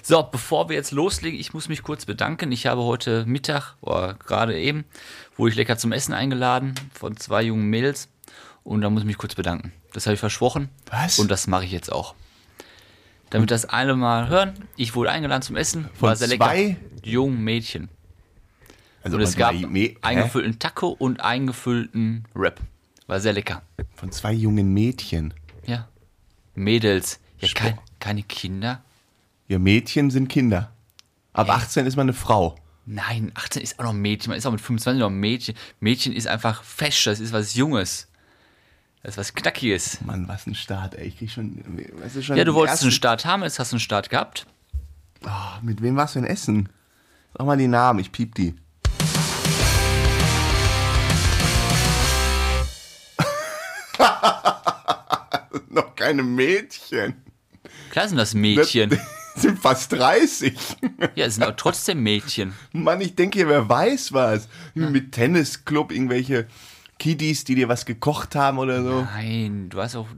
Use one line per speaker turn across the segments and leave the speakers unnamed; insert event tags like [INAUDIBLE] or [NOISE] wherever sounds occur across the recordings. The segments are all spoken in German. So, bevor wir jetzt loslegen, ich muss mich kurz bedanken. Ich habe heute Mittag, oder gerade eben, wurde ich lecker zum Essen eingeladen von zwei jungen Mädels. Und da muss ich mich kurz bedanken. Das habe ich versprochen.
Was?
Und das mache ich jetzt auch. Damit das alle mal hören, ich wurde eingeladen zum Essen.
Von
war sehr lecker.
zwei?
jungen Mädchen.
Also
Und es
man-
gab
Me- Hä?
eingefüllten Taco und eingefüllten Rap. War sehr lecker.
von zwei jungen Mädchen.
Ja. Mädels. Ja,
Spor-
kein, keine Kinder.
Ja, Mädchen sind Kinder. Ab 18 ist man eine Frau.
Nein, 18 ist auch noch Mädchen. Man ist auch mit 25 noch Mädchen. Mädchen ist einfach fesch. Das ist was Junges. Das ist was Knackiges.
Mann, was ein Start, ey. Ich krieg schon. Weißt du, schon
Ja, du
den
wolltest einen
ersten-
Start haben. Jetzt hast du einen Start gehabt.
Ah, mit wem warst du denn essen? Sag mal die Namen, ich piep die. [LAUGHS] Noch keine Mädchen.
Klar sind das [LAUGHS]
[LAUGHS]
Mädchen.
Sind fast 30.
Ja, es sind auch trotzdem Mädchen.
Mann, ich denke, hier, wer weiß was. Mit Tennisclub, irgendwelche Kiddies, die dir was gekocht haben oder so.
Nein, du hast auch.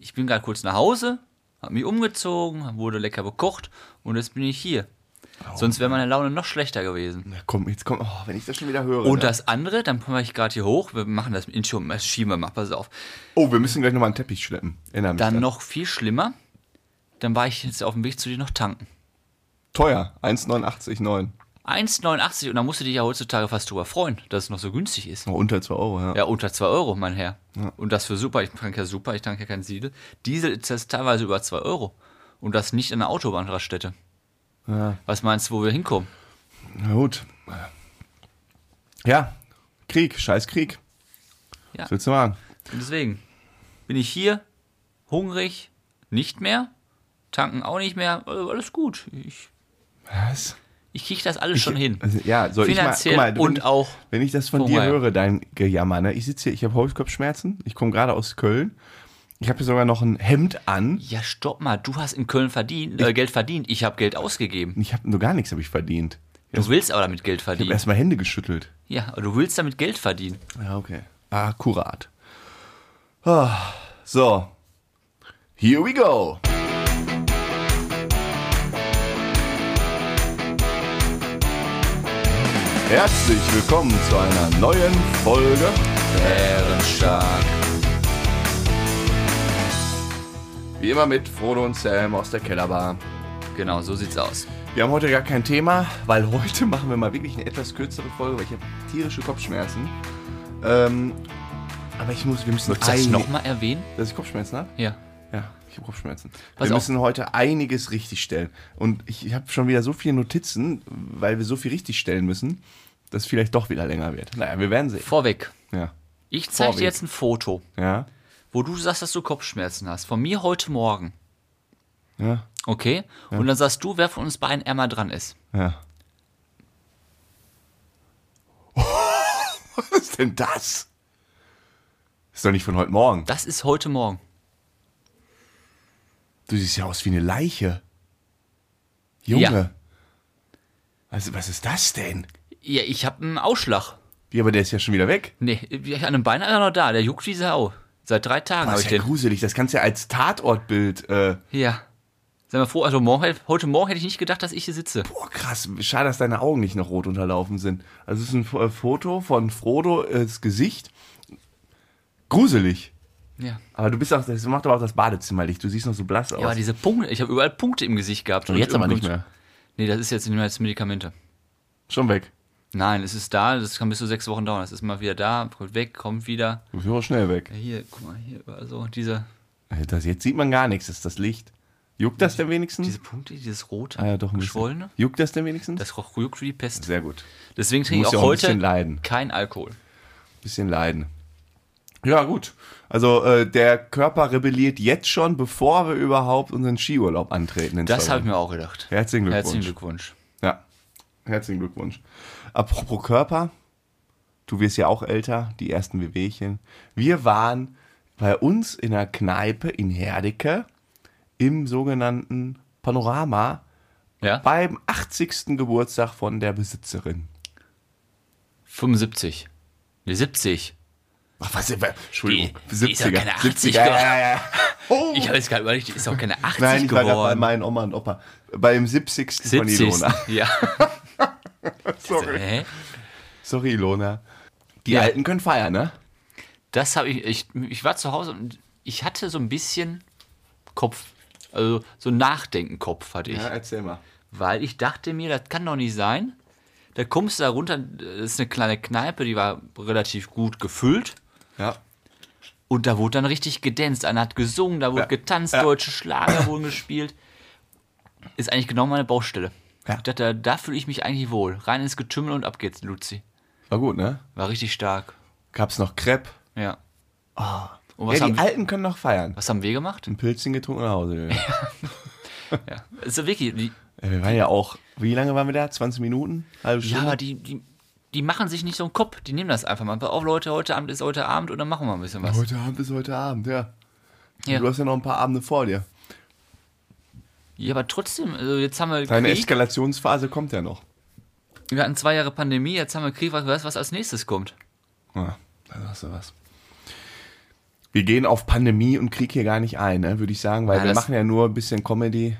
Ich bin gerade kurz nach Hause, habe mich umgezogen, wurde lecker bekocht und jetzt bin ich hier. Sonst wäre meine Laune noch schlechter gewesen.
Na komm, jetzt komm, oh, wenn ich das schon wieder höre.
Und
ne?
das andere, dann komme ich gerade hier hoch, wir machen das Intro, das schieben wir mal, pass auf.
oh, wir müssen gleich nochmal einen Teppich schleppen. Erinnere mich
Dann
dran.
noch viel schlimmer, dann war ich jetzt auf dem Weg zu dir noch tanken.
Teuer, 1,89,9.
1,89 und da musst du dich ja heutzutage fast drüber freuen, dass es noch so günstig ist.
Oh, unter 2 Euro, ja.
Ja, unter 2 Euro, mein Herr. Und das für super. Ich tanke ja super, ich tanke ja kein Siedel. Diesel ist das teilweise über 2 Euro. Und das nicht an der Autobahnraststätte. Was meinst du, wo wir hinkommen?
Na gut. Ja, Krieg, scheiß Krieg.
Ja.
Was willst du machen?
Und deswegen bin ich hier, hungrig, nicht mehr, tanken auch nicht mehr, also alles gut. Ich,
Was?
ich kriege das alles schon hin.
Also, ja, soll
Finanziell
ich mal, guck mal,
und
wenn,
auch
Wenn ich das von
vom
dir
Wire.
höre, dein Gejammer, ne? Ich sitze hier, ich habe Holzkopfschmerzen, ich komme gerade aus Köln. Ich habe hier sogar noch ein Hemd an.
Ja, stopp mal, du hast in Köln verdient, äh, Geld verdient, ich habe Geld ausgegeben.
Ich habe nur gar nichts habe ich verdient.
Du willst aber damit Geld
Ich habe
verdienen.
erstmal Hände geschüttelt.
Ja, aber du willst damit Geld verdienen.
Ja, okay. Akkurat. Ah, So. Here we go. Herzlich willkommen zu einer neuen Folge.
Bärenstark.
Wie immer mit Frodo und Sam aus der Kellerbar.
Genau, so sieht's aus.
Wir haben heute gar kein Thema, weil heute machen wir mal wirklich eine etwas kürzere Folge, weil ich habe tierische Kopfschmerzen. Ähm, aber ich muss, wir müssen
Würdest du das
einig-
nochmal erwähnen?
dass ich Kopfschmerzen habe?
Ja.
Ja, ich habe Kopfschmerzen.
Pass
wir
auf.
müssen heute einiges richtigstellen. Und ich, ich habe schon wieder so viele Notizen, weil wir so viel richtigstellen müssen, dass es vielleicht doch wieder länger wird. Naja, wir werden sehen.
Vorweg.
Ja.
Ich zeige dir
Vorweg.
jetzt ein Foto,
Ja.
wo du sagst, dass du Kopfschmerzen hast. Von mir heute Morgen.
Ja.
Okay? Und dann sagst du, wer von uns beiden ärmer dran ist.
Ja. [LAUGHS] Was ist denn das? Ist doch nicht von heute Morgen.
Das ist heute Morgen.
Du siehst ja aus wie eine Leiche. Junge.
Ja.
Also, was ist das denn?
Ja, ich habe einen Ausschlag.
Ja, aber der ist ja schon wieder weg.
Nee, ich- an dem Bein ist er noch da. Der juckt wie Sau. Seit drei Tagen habe
Das
ich
ist ja
den.
gruselig. Das kannst du ja als Tatortbild. Äh,
Ja. Sei mal froh, also morgen, heute Morgen hätte ich nicht gedacht, dass ich hier sitze.
boah, krass. Schade, dass deine Augen nicht noch rot unterlaufen sind. Also, es ist ein F- äh, Foto von Frodo, äh, das Gesicht. Gruselig.
Ja.
Aber du bist auch, das macht aber auch das Badezimmerlicht. Du siehst noch so blass aus.
Ja, aber diese Punkte, ich habe überall Punkte im Gesicht gehabt.
Und jetzt aber nicht
irgendwo-
mehr.
Nee, das ist jetzt nicht mehr als Medikamente.
Schon weg.
Nein, es ist da, das kann bis zu sechs Wochen dauern. Es ist mal wieder da, kommt weg, kommt wieder.
Du bist aber schnell weg.
Ja, hier, guck mal, hier überall so diese,
Alter, jetzt sieht man gar nichts. Das ist das Licht. Juckt das denn wenigstens?
diese Punkte, dieses rote,
ah, ja, doch ein bisschen.
geschwollene.
Juckt das denn wenigstens?
Das roch juckt wie die Pest.
Sehr gut.
Deswegen trinke ich
musst
auch
ja auch ein
heute
bisschen leiden.
kein Alkohol.
bisschen leiden. Ja, gut. Also äh, der Körper rebelliert jetzt schon, bevor wir überhaupt unseren Skiurlaub antreten. in
Das
zwei
habe ich
Wochen.
mir auch gedacht.
Herzlichen Glückwunsch.
Herzlichen Glückwunsch.
Ja, herzlichen Glückwunsch. Apropos Körper, du wirst ja auch älter, die ersten Wehwehchen. Wir waren bei uns in einer Kneipe in Herdecke im sogenannten Panorama
Ja?
beim 80. Geburtstag von der Besitzerin.
75. Nee, 70.
Ach, was, Entschuldigung,
Die- die ist ja keine
70er.
80er.
Ja, ja, ja. Oh.
[LAUGHS] Ich habe jetzt gerade überlegt, die ist auch keine 80
Nein, ich war gerade bei
geworden.
meinen Oma und Opa. Beim 70. von
70.
Ilona.
[LAUGHS] Ja.
Sorry.
Hä?
Sorry, Ilona. Die
Ja.
Alten können feiern, ne?
Das habe ich, ich. Ich war zu Hause und ich hatte so ein bisschen Kopf. Also so Nachdenken-Kopf hatte ich.
erzähl mal.
Weil ich dachte mir, das kann doch nicht sein. Da kommst du da runter, das ist eine kleine Kneipe, die war relativ gut gefüllt.
Ja.
Und da wurde dann richtig gedanced. Einer hat gesungen, da wurde
Ja.
getanzt,
Ja.
deutsche Schlager wurden gespielt. Ist eigentlich genau meine Baustelle.
Ja.
Ich dachte, da fühle ich mich eigentlich wohl. Rein ins Getümmel und ab geht's, Luzi.
War gut, ne?
War richtig stark.
Gab's noch Crepe.
Ja. Und was,
Oh. Ja, die
haben,
Alten können noch feiern.
was haben wir gemacht?
Ein Pilzchen getrunken und nach Hause. gegangen.
Ja. Also wirklich, die,
Äh, wir waren ja auch, wie lange waren wir da? 20 Minuten? Halbe
ja,
Stunde?
aber die, die, die machen sich nicht so einen Kopf. Die nehmen das einfach mal. Pass auf, Leute, heute Abend ist heute Abend und dann machen wir ein bisschen was.
heute Abend ist heute Abend, ja.
Ja.
Du hast ja noch ein paar Abende vor dir.
Ja, aber trotzdem, also jetzt haben wir
Deine
Krieg.
Eskalationsphase kommt ja noch.
Wir hatten zwei Jahre Pandemie, jetzt haben wir Krieg, was weißt du, was als nächstes kommt.
Ja, da sagst du was. Wir gehen auf Pandemie und Krieg hier gar nicht ein, ne, würde ich sagen, weil
Ja,
wir
das-
machen ja nur ein bisschen Comedy.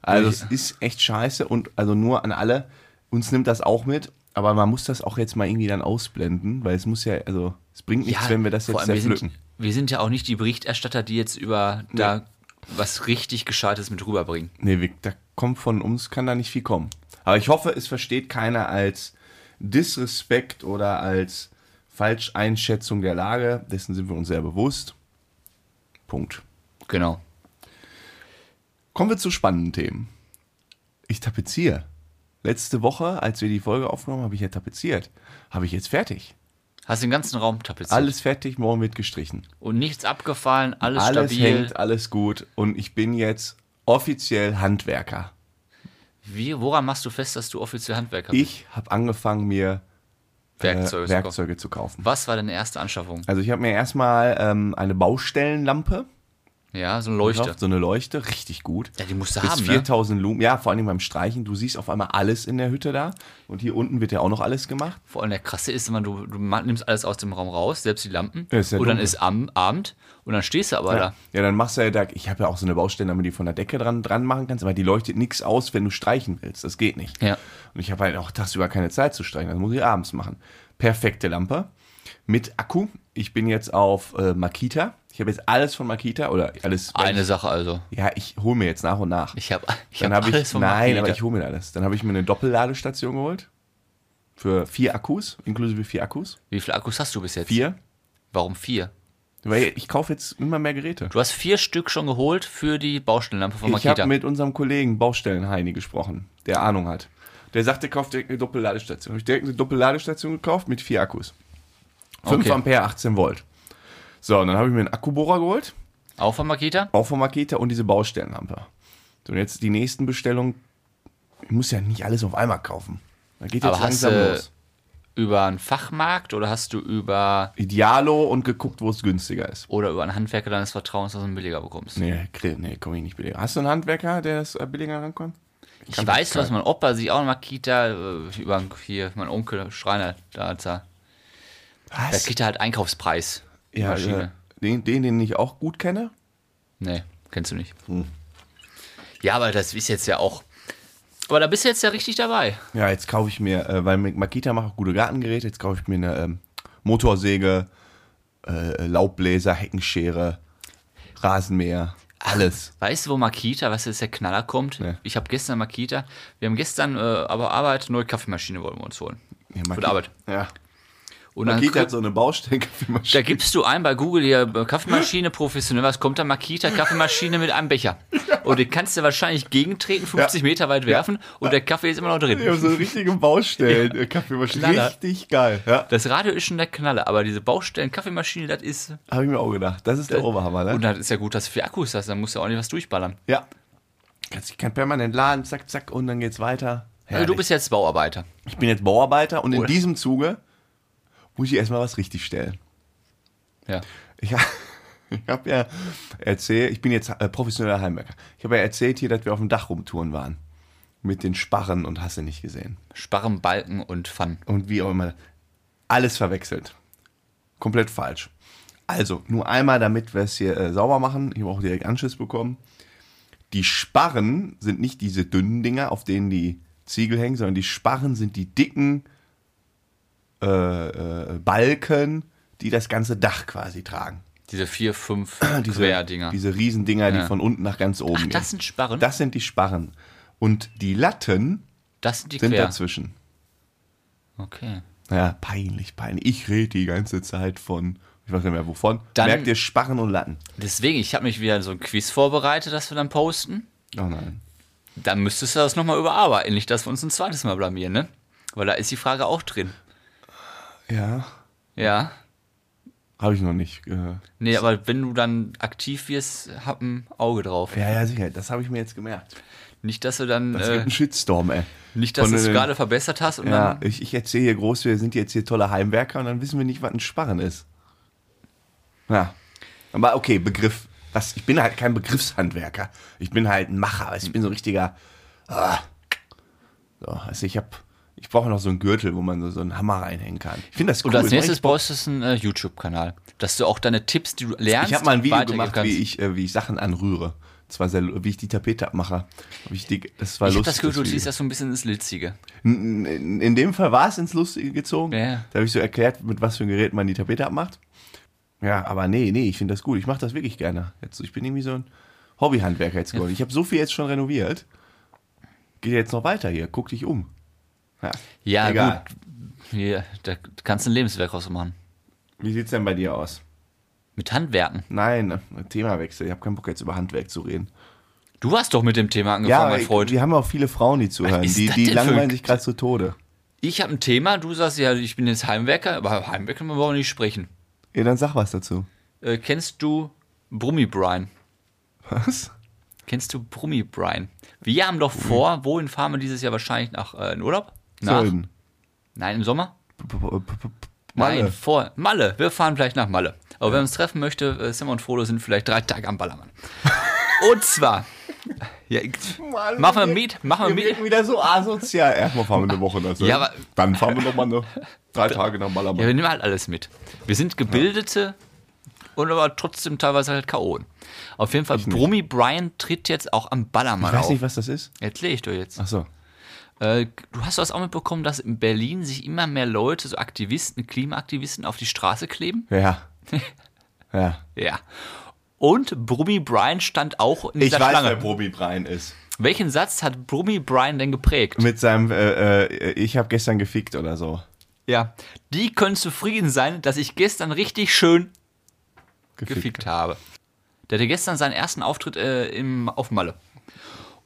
Also
Ich-
es ist echt scheiße und also nur an alle. Uns nimmt das auch mit, aber man muss das auch jetzt mal irgendwie dann ausblenden, weil es muss ja, also es bringt nichts, wenn wir das
vor
jetzt
allem, wir
zerpflücken.
sind, wir sind ja auch nicht die Berichterstatter, die jetzt über da was richtig Gescheites mit rüberbringen.
Nee, wir, da kommt von uns, kann da nicht viel kommen. Aber ich hoffe, es versteht keiner als Disrespekt oder als Falscheinschätzung der Lage. Dessen sind wir uns sehr bewusst. Punkt.
Genau.
Kommen wir zu spannenden Themen. Ich tapeziere. Letzte Woche, als wir die Folge aufgenommen haben, habe ich ja tapeziert. Habe ich jetzt fertig.
Hast den ganzen Raum tapeziert.
Alles fertig, morgen wird gestrichen.
Und nichts abgefallen, alles,
Alles
stabil.
hängt, alles gut. Und ich bin jetzt offiziell Handwerker.
Wie, woran machst du fest, dass du offiziell Handwerker bist?
Ich habe angefangen, mir
Werkzeuge.
äh,
zu kaufen.
Werkzeuge zu kaufen.
Was war deine erste Anschaffung?
Also ich habe mir erstmal ähm, eine Baustellenlampe
Ja, so eine Leuchte.
gekauft, so eine Leuchte, richtig gut.
Ja, die musst du
Bis
haben, ne?
4000 Lumen, ja, vor allem beim Streichen, du siehst auf einmal alles in der Hütte da und hier unten wird ja auch noch alles gemacht.
Vor allem der krasse ist immer, du, du ma- nimmst alles aus dem Raum raus, selbst die Lampen.
Ja, ist ja
und dann
dunkel.
ist am Abend und dann stehst du aber
Ja,
da.
ja dann machst du ja da, ich habe ja auch so eine Baustellenlampe, die du von der Decke dran, dran machen kannst, aber die leuchtet nichts aus, wenn du streichen willst, das geht nicht.
Ja.
Und ich habe halt auch tagsüber keine Zeit zu streichen, das muss ich abends machen. Perfekte Lampe mit Akku. Ich bin jetzt auf äh, Makita. Ich habe jetzt alles von Makita oder alles.
Eine Sache also.
Ja, ich hole mir jetzt nach und nach.
Ich habe ich
Dann
hab [LAUGHS]
habe
alles
ich,
von
nein,
Magneto.
aber ich hole mir alles. Dann habe ich mir eine Doppelladestation geholt. Für vier Akkus, inklusive vier Akkus.
Wie viele Akkus hast du bis jetzt?
Vier.
Warum vier?
Weil ich kaufe jetzt immer mehr Geräte.
Du hast vier Stück schon geholt für die Baustellenlampe von
Ich
Makita.
habe mit unserem Kollegen Baustellenheini gesprochen, der Ahnung hat. Der sagte, kauf direkt eine Doppelladestation. Habe ich direkt eine Doppelladestation gekauft mit vier Akkus. 5
Okay.
Ampere, 18 Volt. So, und dann habe ich mir einen Akkubohrer geholt,
Auch von Makita?
auch von Makita und diese Baustellenlampe. So, und jetzt die nächsten Bestellungen. Ich muss ja nicht alles auf einmal kaufen. Da geht jetzt
Aber hast
langsam
du-
los.
Über einen Fachmarkt oder hast du über
Idealo und geguckt, wo es günstiger ist.
oder über einen Handwerker deines Vertrauens, dass du einen billiger bekommst?
Nee, Grill, nee, komm ich nicht billiger. Hast du einen Handwerker, der das äh, billiger rankommt?
ich
kann
weiß,
das
dass mein Opa sich auch in Makita, äh, über hier, mein Onkel, Schreiner, da hat er. Da
Was?
kriegt er halt Einkaufspreis. die
Ja,
Maschine.
äh, den, den, den ich auch gut kenne.
Nee, kennst du nicht.
Hm.
Ja, aber das ist jetzt ja auch. Aber da bist du jetzt ja richtig dabei.
Ja, jetzt kaufe ich mir, äh, weil mit Makita macht auch gute Gartengeräte, jetzt kaufe ich mir eine ähm, Motorsäge, äh, Laubbläser, Heckenschere, Rasenmäher, alles.
Weißt du, wo Makita, weißt du, dass der Knaller kommt?
Nee.
Ich habe gestern Makita. Wir haben gestern äh, aber Arbeit, neue Kaffeemaschine wollen wir uns holen.
Ja,
Für die Arbeit.
Ja.
Und dann
Makita
krieg,
hat so eine Baustelle für
da
Maschinen.
gibst du ein bei Google hier äh, Kaffeemaschine professionell, was kommt da? Makita Kaffeemaschine mit einem Becher. Und den kannst du wahrscheinlich gegentreten, 50 Meter weit werfen und [LAUGHS] der Kaffee ist immer noch drin.
Die haben so richtige Baustellen, äh, Kaffeemaschine.
Knaller.
Richtig geil. Ja,
Das Radio ist schon der Knaller, aber diese Baustellen Kaffeemaschine, das ist
habe ich mir auch gedacht. Das ist der Oberhammer, ne?
und das ist ja gut, dass du viel Akkus hast, dann musst du auch nicht was durchballern.
Ja. Kannst dich kann permanent laden, zack, zack, und dann geht's weiter.
Also du
Herrlich.
bist jetzt Bauarbeiter.
ich bin jetzt Bauarbeiter und in
Oder-
diesem Zuge muss ich erstmal was richtig stellen.
Ja.
[LAUGHS] Ich habe hab ja erzählt, ich bin jetzt äh, professioneller Heimwerker. Ich habe ja erzählt hier, dass wir auf dem Dach rumtouren waren. Mit den Sparren und hast du nicht gesehen.
Sparren, Balken und Pfannen.
Und wie auch immer. Alles verwechselt. Komplett falsch. Also, nur einmal, damit wir es hier äh, sauber machen. Ich habe auch direkt Anschiss bekommen. Die Sparren sind nicht diese dünnen Dinger, auf denen die Ziegel hängen, sondern die Sparren sind die dicken äh, äh, Balken, die das ganze Dach quasi tragen.
Diese vier, fünf
[CLEARS THROAT] Diese,
Querdinger.
diese Riesendinger, die
Ja.
von unten nach ganz oben
Ach,
gehen.
das sind Sparren? Das,
Das sind die Sparren. Und die Latten
sind die
sind
Quer.
dazwischen.
Okay.
Ja, peinlich, peinlich. Ich rede die ganze Zeit von, ich weiß nicht mehr wovon.
Dann-
Merkt ihr Sparren und Latten?
Deswegen, ich habe mich wieder so ein Quiz vorbereitet, das wir dann posten.
Oh nein.
Dann müsstest du das nochmal überarbeiten. Nicht, dass wir uns ein zweites Mal blamieren, ne? Weil da ist die Frage auch drin.
Ja,
Ja.
habe ich noch nicht äh, gehört.
Nee, aber wenn du dann aktiv wirst, hab ein Auge drauf.
Ja, ja, sicher. Das habe ich mir jetzt gemerkt.
Nicht, dass du dann,
Es gibt
äh,
einen Shitstorm, ey.
nicht, dass
Von
du es
den-
gerade verbessert hast und
Ja,
dann.
ich, ich erzähle hier groß, wir sind jetzt hier tolle Heimwerker und dann wissen wir nicht, was ein Sparren ist. Ja. Aber okay, Begriff. Was, ich bin halt kein Begriffshandwerker. Ich bin halt ein Macher. Also ich bin so ein richtiger. Ah. So, also ich hab. Ich brauche noch so einen Gürtel, wo man so, so einen Hammer reinhängen kann. Ich finde das cool.
Und als
Das mache
nächstes brauchst du einen äh, YouTube-Kanal, dass du auch deine Tipps, die du
ich
lernst,
ich habe mal ein Video
weitergeben
gemacht,
kannst.
wie ich, äh, wie ich Sachen anrühre. Das war sehr, lu- wie ich die Tapete abmache. Hab Ich die, das war
Ich hab
lustig.
das Gefühl, du
Video.
ziehst das so ein bisschen ins Litzige.
N- In, in dem Fall war es ins Lustige gezogen.
Ja, ja.
Da habe ich so erklärt, mit was für einem Gerät man die Tapete abmacht. Ja, aber nee, nee, ich finde das gut. Ich mache das wirklich gerne. Jetzt, so- ich bin irgendwie so ein Hobbyhandwerker jetzt geworden. Ich habe so viel jetzt schon renoviert. Geht jetzt noch weiter hier. Guck dich um. Ja,
Ja,
Egal.
gut. Hier, da kannst du ein Lebenswerk draus machen.
Wie sieht's denn bei dir aus?
Mit Handwerken.
Nein, Themawechsel. Ich habe keinen Bock jetzt über Handwerk zu reden.
Du hast doch mit dem Thema angefangen,
Ja,
mein
ich,
Freund.
wir haben auch viele Frauen, die zuhören.
ist
Die,
das
die
denn für ein-
langweilen sich gerade zu Tode.
Ich habe ein Thema, du sagst ja, ich bin jetzt Heimwerker, aber Heimwerker wollen wir nicht sprechen.
Ja, dann sag was dazu.
Äh, kennst du Brummi Brian?
Was?
Kennst du Brummi Brian? Wir haben doch
Mhm.
vor, wohin fahren wir dieses Jahr wahrscheinlich nach äh, in Urlaub? Nach?
Sölden.
Nein, im Sommer?
P- p- p- p-
Nein, vor Malle. Wir fahren vielleicht nach Malle. Aber wenn uns treffen möchte, äh, Sam und Frodo sind vielleicht drei Tage am
[LAUGHS]
Ballermann. und zwar. Ja, ich-
Mann,
machen wir
wir-
mit, machen wir
Wir
mit.
wirken wieder so asozial. Erstmal fahren wir eine Woche nach Sylt.
Ja, aber-
Dann fahren wir nochmal eine [LAUGHS] drei Tage nach Malabar.
Ja, wir nehmen halt alles mit. Wir sind gebildete und aber trotzdem teilweise halt Chaoten. Auf jeden Fall, Brummi Brian tritt jetzt auch am Ballermann
ich weiß
auf.
nicht, was das ist.
Erkläre ich doch jetzt.
Achso.
Äh, du hast das auch mitbekommen, dass in Berlin sich immer mehr Leute, so Aktivisten, Klimaaktivisten, auf die Straße kleben?
[LAUGHS] Ja. ja.
Ja. Und Brummi Brian stand auch in
Ich
dieser
weiß, wer
Schlange.
Brobi Brian ist.
Welchen Satz hat Brummi Brian denn geprägt?
Mit seinem, äh, äh, ich habe gestern gefickt oder so.
Ja. Die können zufrieden sein, dass ich gestern richtig schön
Gefickt.
gefickt habe. Der hatte gestern seinen ersten Auftritt äh, im, auf Malle.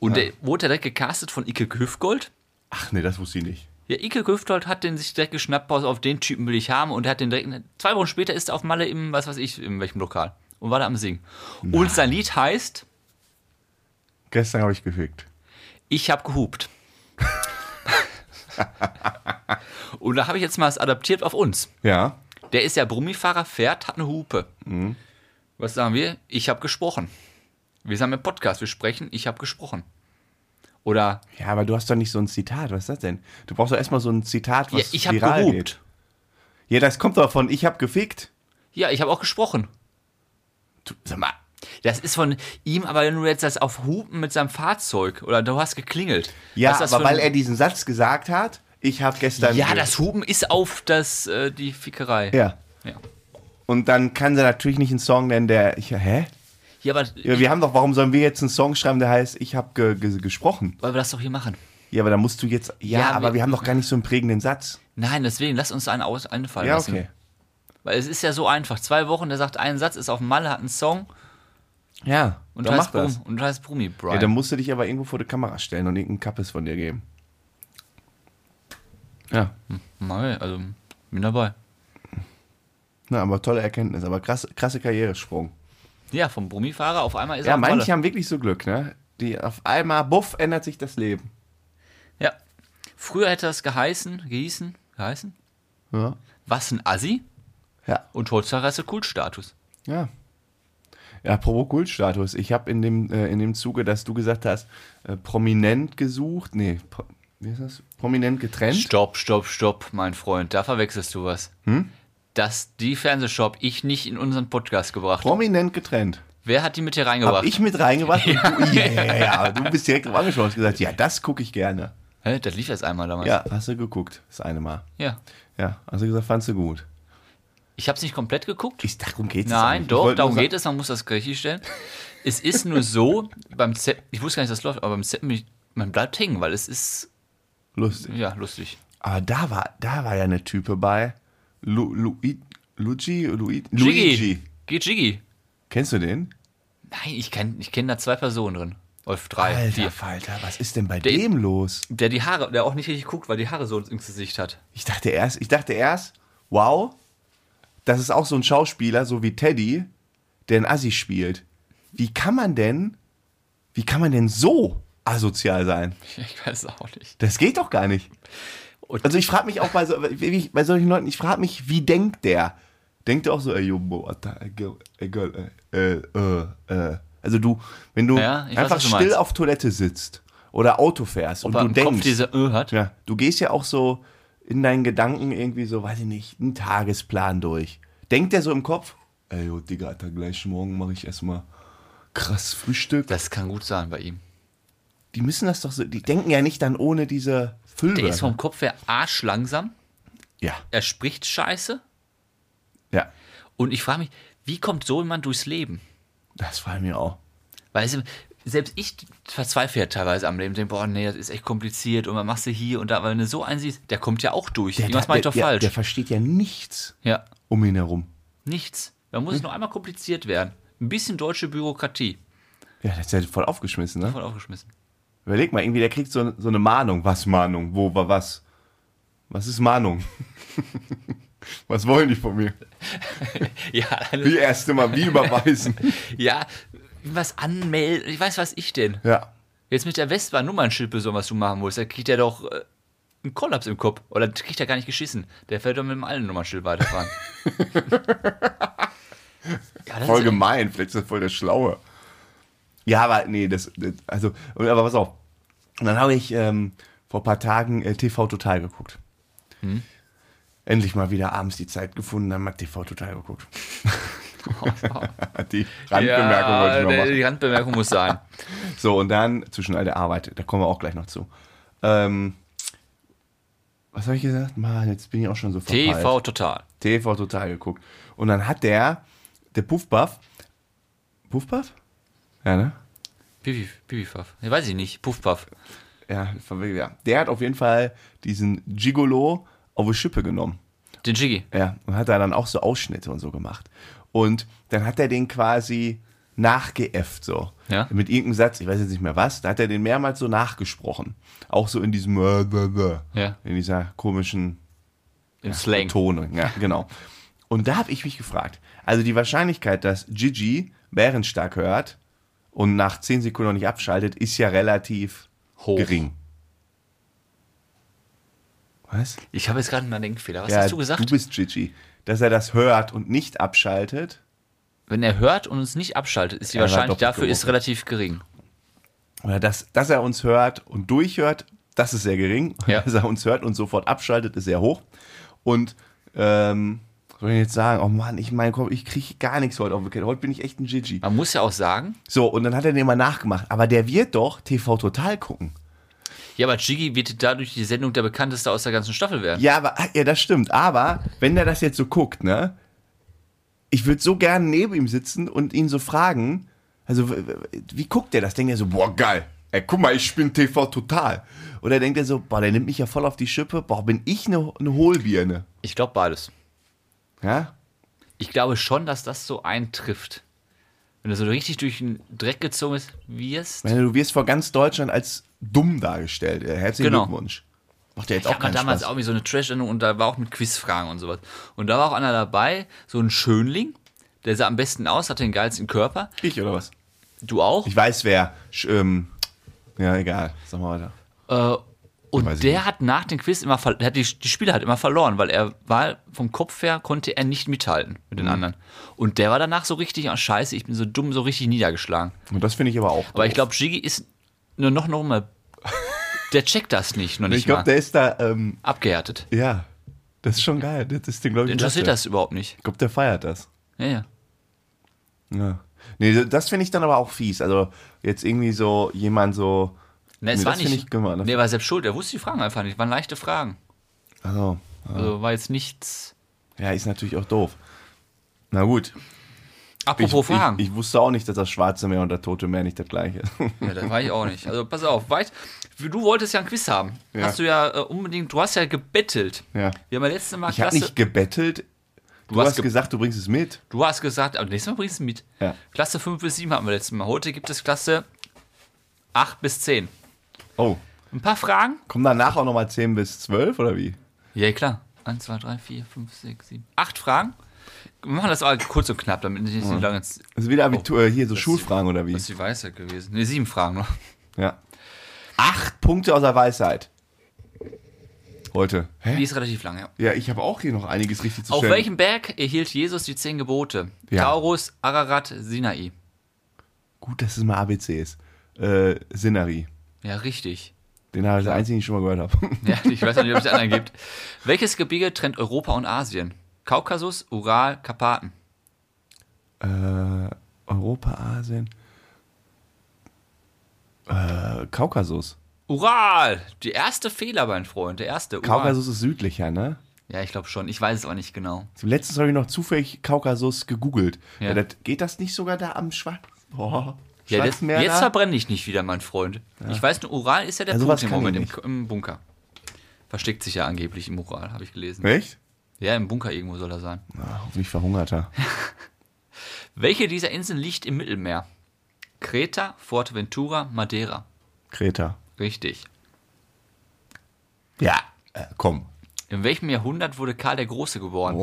Und der wurde direkt gecastet von Ike Hüfgold.
Ach nee, das wusste ich nicht.
Ja, Ike Hüfgold hat den sich direkt geschnappt, pass auf den Typen will ich haben und er hat den direkt, zwei Wochen später ist er auf Malle im, was weiß ich, in welchem Lokal und war da am Singen. Und sein Lied heißt
Gestern habe ich gefickt.
Ich hab gehupt. und da habe ich jetzt mal es adaptiert auf uns.
Ja.
Der ist ja Brummifahrer, fährt, hat eine Hupe. Was sagen wir? Ich habe gesprochen. Wir sagen im Podcast, wir sprechen, ich habe gesprochen. Oder
Ja, aber du hast doch nicht so ein Zitat. Was ist das denn? Du brauchst doch erstmal so ein Zitat, was
ja, ich habe
viral
gehupt.
geht. Ja, das kommt doch von ich habe gefickt.
Ja, ich habe auch gesprochen.
Du, sag mal.
Das ist von ihm, aber wenn du jetzt das auf Hupen mit seinem Fahrzeug oder du hast geklingelt.
Ja,
Was ist das
aber
für ein-
weil er diesen Satz gesagt hat, ich habe gestern
Ja,
ge-
das Hupen ist auf das, äh, die Fickerei.
Ja.
Ja,
Und dann kann sie natürlich nicht einen Song nennen, der. Ich, hä?
Ja, aber
Ja, wir haben doch, warum sollen wir jetzt einen Song schreiben, der heißt, ich habe ge ge gesprochen?
weil wir das doch hier machen.
Ja, aber da musst du jetzt. Ja,
Ja,
aber
wir-
wir, haben doch gar nicht so einen prägenden Satz.
Nein, deswegen, lass uns einen aus einfallen
Ja,
lassen.
okay.
Weil es ist ja so einfach. Zwei Wochen, der sagt einen Satz, ist auf Malle, hat einen Song
Ja,
und
dann mach
heißt,
das.
Brum, und heißt Brumi Brian.
Ja, dann musst du dich aber irgendwo vor die Kamera stellen und irgendeinen Kappes von dir geben. Ja.
Mal, also bin dabei.
Na, aber tolle Erkenntnis, aber krass, krasse Karrieresprung.
Ja, vom Brummifahrer auf einmal ist er
Ja,
auf Malle.
manche haben wirklich so Glück, ne? Die auf einmal, buff, ändert sich das Leben.
Ja. Früher hätte das geheißen, gehießen, geheißen,
Ja.
was ein Assi
Ja.
und heutzutage hast du Kultstatus.
Ja. Ja, apropos Kultstatus. Ich habe in, dem, äh, in dem Zuge, dass du gesagt hast, äh, prominent gesucht. Nee, pro, wie ist das? Prominent getrennt. Hm?
Stopp, stopp, stopp, mein Freund, da verwechselst du was. dass die Fernsehshop ich nicht in unseren Podcast gebracht habe.
Prominent getrennt.
Wer hat die mit hier
Hab
reingebracht?
ich mit reingebracht
[LAUGHS]
und du, ja, ja, ja, du bist direkt drauf angesprochen und hast gesagt, ja, das gucke ich gerne.
Hä, das lief erst einmal damals.
Ja, hast du geguckt, das eine Mal.
ja.
Ja, hast du gesagt, fandst du gut.
Ich habe es nicht komplett geguckt.
Ich darum geht's jetzt auch
Nein,
nicht. Ich
doch,
wollte
darum
nur
geht es, man muss das richtig stellen. es ist nur so,
[LAUGHS]
beim Zepp, ich wusste gar nicht, dass das läuft, aber beim Zepp, man bleibt hängen, weil es ist,
sagen, Lustig.
ja, lustig.
Aber da war, da war ja eine Type bei. Lu, Lui, Luigi, Lui,
Jiggy.
Luigi.
Geht Jiggy.
Kennst du den?
Nein, ich kenne ich kenn da zwei Personen drin. Auf drei, vier.
Falter, was ist denn bei dem los?
Der die Haare, der auch nicht richtig guckt, weil die Haare so ins Gesicht hat. [LAUGHS]
Ich dachte erst, ich dachte erst, wow, das ist auch so ein Schauspieler, so wie Teddy, der einen Assi spielt. Wie kann man denn, wie kann man denn so asozial sein?
Ich weiß auch nicht.
Das geht doch gar nicht.
Und-
Also ich frage mich auch bei, so, wie- bei solchen Leuten, ich frage mich, wie denkt der? Denkt der auch so, ey, Jumbo, Atta, ey, girl, ey, girl, äh, äh, äh. Also du, wenn du
Ja, ich weiß,
einfach
was du
still
meinst.
auf Toilette sitzt oder Auto fährst
Weil
und
im
du
Kopf
denkst,
diese Ö hat.
ja, du gehst ja auch so in deinen Gedanken irgendwie so, weiß ich nicht, einen Tagesplan durch. Denkt der so im Kopf, ey, yo, Digga, Alter, gleich morgen mache ich erstmal krass Frühstück.
Das kann gut sein bei ihm.
Die müssen das doch so, die denken ja nicht dann ohne diese Füllwörter.
Der ist vom Kopf her arschlangsam,
ja,
er spricht scheiße.
ja,
Und ich frage mich, wie kommt so jemand durchs Leben?
das frage ich mir auch.
Weißt du, selbst ich verzweifle ja teilweise am Leben, denke, boah, nee, das ist echt kompliziert und man macht sie hier und da, weil wenn du so einen siehst, der kommt ja auch durch. Irgendwas mache ich doch
der,
falsch.
Der versteht ja nichts
ja,
um ihn herum.
nichts. Da
Hm.
muss es nur einmal kompliziert werden. Ein bisschen deutsche Bürokratie.
Ja, das ist ja voll aufgeschmissen, ne?
Voll aufgeschmissen. [LAUGHS]
Überleg mal, irgendwie, der kriegt so, so eine Mahnung. Was Mahnung? Wo war was? Was ist Mahnung? [LAUGHS] was wollen die von mir?
Ja, also,
Die erste Mal, wie überweisen?
ja, was anmelden. Ich weiß, was ich denn.
Ja.
Jetzt mit der Vespa Nummernschildbeson, was du machen willst, da kriegt er doch äh, einen Kollaps im Kopf. Oder kriegt er gar nicht geschissen. Der fährt doch mit dem alten Nummernschild weiterfahren.
[LAUGHS]
ja, das
Voll
ist,
gemein, vielleicht ist das voll der Schlaue. Ja, aber nee, das, das also, und- aber pass auf. Und dann habe ich ähm, vor ein paar Tagen äh, TV Total geguckt.
Hm?
Endlich mal wieder abends die Zeit gefunden, dann mal TV Total geguckt. [LAUGHS] die Randbemerkung wollte ich noch
der-
machen.
Die Randbemerkung muss
[LAUGHS]
sein.
So, und dann zwischen all der Arbeit, da kommen wir auch gleich noch zu. Ähm, was habe ich gesagt? Mann, jetzt bin ich auch schon so verpeilt.
TV total.
TV total geguckt. Und dann hat der, der Puffbuff, Puffbuff? Ja, ne?
Pipi, Pipifaff. Nee, weiß ich nicht. Puffpuff.
Ja, von wegen, ja. Der hat auf jeden Fall diesen Gigolo auf die Schippe genommen.
Den Jiggy.
Ja, und hat da dann auch so Ausschnitte und so gemacht. Und dann hat er den quasi nachgeäfft so.
Ja.
Mit irgendeinem Satz, ich weiß jetzt nicht mehr was, da hat er den mehrmals so nachgesprochen. Auch so in diesem äh, äh, äh,
Ja.
in dieser komischen
Im Slang.
Betonung, ja, genau. Und da habe ich mich gefragt, also die Wahrscheinlichkeit, dass Gigi Bärenstark hört und nach 10 Sekunden noch nicht abschaltet, ist ja relativ
Hoch.
gering. Was?
Ich habe jetzt gerade einen Denkfehler. Was
Ja,
hast du gesagt?
Du bist Gigi. Dass er das hört und nicht abschaltet.
Wenn er hört und uns nicht abschaltet, ist die
Er war
Wahrscheinlichkeit
doppelt
dafür ist
geworfen.
relativ gering.
Oder dass, dass er uns hört und durchhört, das ist sehr gering.
Ja.
[LAUGHS] Dass er uns hört und sofort abschaltet, ist sehr hoch. Und ähm, was soll ich jetzt sagen, oh Mann, ich mein Kopf, ich kriege gar nichts heute auf die Kette. Heute bin ich echt ein Gigi.
Man muss ja auch sagen,
So, und dann hat er den mal nachgemacht. Aber der wird doch TV total gucken.
ja, aber Jiggy wird dadurch die Sendung der bekannteste aus der ganzen Staffel werden.
Ja, aber ah, ja, das stimmt. Aber wenn der das jetzt so guckt, ne? Ich würde so gerne neben ihm sitzen und ihn so fragen, also w- w- wie guckt der das? Denkt er so, boah, geil. Ey, guck mal, ich bin TV total. Oder denkt er so, boah, der nimmt mich ja voll auf die Schippe, boah, bin ich eine ne Hohlbirne.
Ich glaube beides.
Ja?
Ich glaube schon, dass das so eintrifft. Wenn du so richtig durch den Dreck gezogen bist, wirst.
Ich Meine, du wirst vor ganz Deutschland als dumm dargestellt. Ja, Herzlichen
Genau.
Glückwunsch. Macht ja jetzt
Ich
auch
habe
keinen
damals
Spaß.
auch irgendwie so eine Trash-Sendung und da war auch mit Quizfragen und sowas. Und da war auch einer dabei, so ein Schönling, der sah am besten aus, hatte den geilsten Körper.
ich oder was?
Du auch.
Ich weiß wer. Sch, ähm, ja, egal. Sag mal weiter.
Äh, und
Weiß ich
der hat nach dem Quiz immer, ver- der hat die, die Spiele hat immer verloren, weil er war, vom Kopf her konnte er nicht mithalten mit
Mhm.
den anderen. Und der war danach so richtig, oh scheiße, ich bin so dumm, so richtig niedergeschlagen.
Und das finde ich aber auch.
Aber ich glaube, Jiggy ist nur noch,
[LAUGHS]
noch mal, der checkt das nicht, noch nicht
ich glaube,
mal.
der ist da, ähm,
Abgehärtet.
ja. Das ist schon geil. Das ist den, glaube ich,
Interessiert
klasse.
das überhaupt nicht.
Ich glaube, der feiert das.
Ja, ja.
Ja. Nee, das finde ich dann aber auch fies. Also jetzt irgendwie so jemand so.
Ne, es
Nee,
war
das find
nicht.
ich gemein. Das-
nee, war selbst schuld. Er wusste die Fragen einfach nicht. Waren leichte Fragen.
Also,
Also war jetzt nichts.
ja, ist natürlich auch doof. Na gut. Ich,
Apropos
ich,
Fragen.
ich wusste auch nicht, dass das Schwarze Meer und das Tote Meer nicht das gleiche ist. [LAUGHS]
Ja, das war ich auch nicht. Also pass auf, weit. Du wolltest ja ein Quiz haben.
Ja.
Hast du ja äh, unbedingt, du hast ja gebettelt.
Ja.
Wir haben ja letztes Mal
Ich habe nicht gebettelt. Du,
hast
hast,
ge-
gesagt, du bringst es mit.
du hast gesagt, aber nächstes Mal bringst du mit.
Ja.
Klasse 5 bis 7 hatten wir letztes Mal. Heute gibt es Klasse 8 bis 10.
Oh,
Ein paar Fragen?
kommen danach auch nochmal 10 bis 12 oder wie?
Ja, klar. 1, 2, 3, 4, 5, 6, 7, 8 Fragen. Wir machen das aber kurz und knapp, damit nicht so lange ins.
Das ist wieder Abitur, äh, hier so
ist-
Schulfragen oder wie?
Oh. Das ist die Weisheit gewesen. Ne, sieben Fragen noch.
Ja. Acht Punkte aus der Weisheit. Heute.
Die
Hä?
ist relativ lang, ja.
Ja, ich habe auch hier noch einiges richtig zu
Auf
stellen.
welchem Berg erhielt Jesus die zehn Gebote?
Ja.
Taurus, Ararat, Sinai.
Gut, dass es mal ABC ist. Äh, Sinnery.
Ja, richtig.
Den habe ich das einzige, den ich schon mal gehört habe.
Ja, ich weiß noch nicht, ob es die anderen gibt. Welches Gebirge trennt Europa und Asien? Kaukasus, Ural, Karpaten.
[LAUGHS] äh, Europa, Asien. Äh, Kaukasus.
Ural! Die erste Fehler, mein Freund. Der erste. Ural.
Kaukasus ist südlicher, ne?
Ja, ich glaube schon. Ich weiß es auch nicht genau.
Letztens habe ich noch zufällig Kaukasus gegoogelt.
Ja.
Ja. das, geht das nicht sogar da am Schwarz? Boah,
Ja, jetzt,
Schwarzmeer
jetzt
da?
verbrenne ich nicht wieder, mein Freund. Ich weiß nur, Ural ist ja der
Ja, sowas
Punkt im
kann ich
Moment im,
nicht.
im Bunker. Versteckt sich ja angeblich im Ural, habe ich gelesen.
Echt?
Ja, im Bunker irgendwo soll er sein.
Na, hoffentlich verhungert er.
Welche dieser Inseln liegt im Mittelmeer? Kreta, Fuerteventura, Madeira.
Kreta.
Richtig.
Ja, äh, komm.
In welchem Jahrhundert wurde Karl der Große geboren?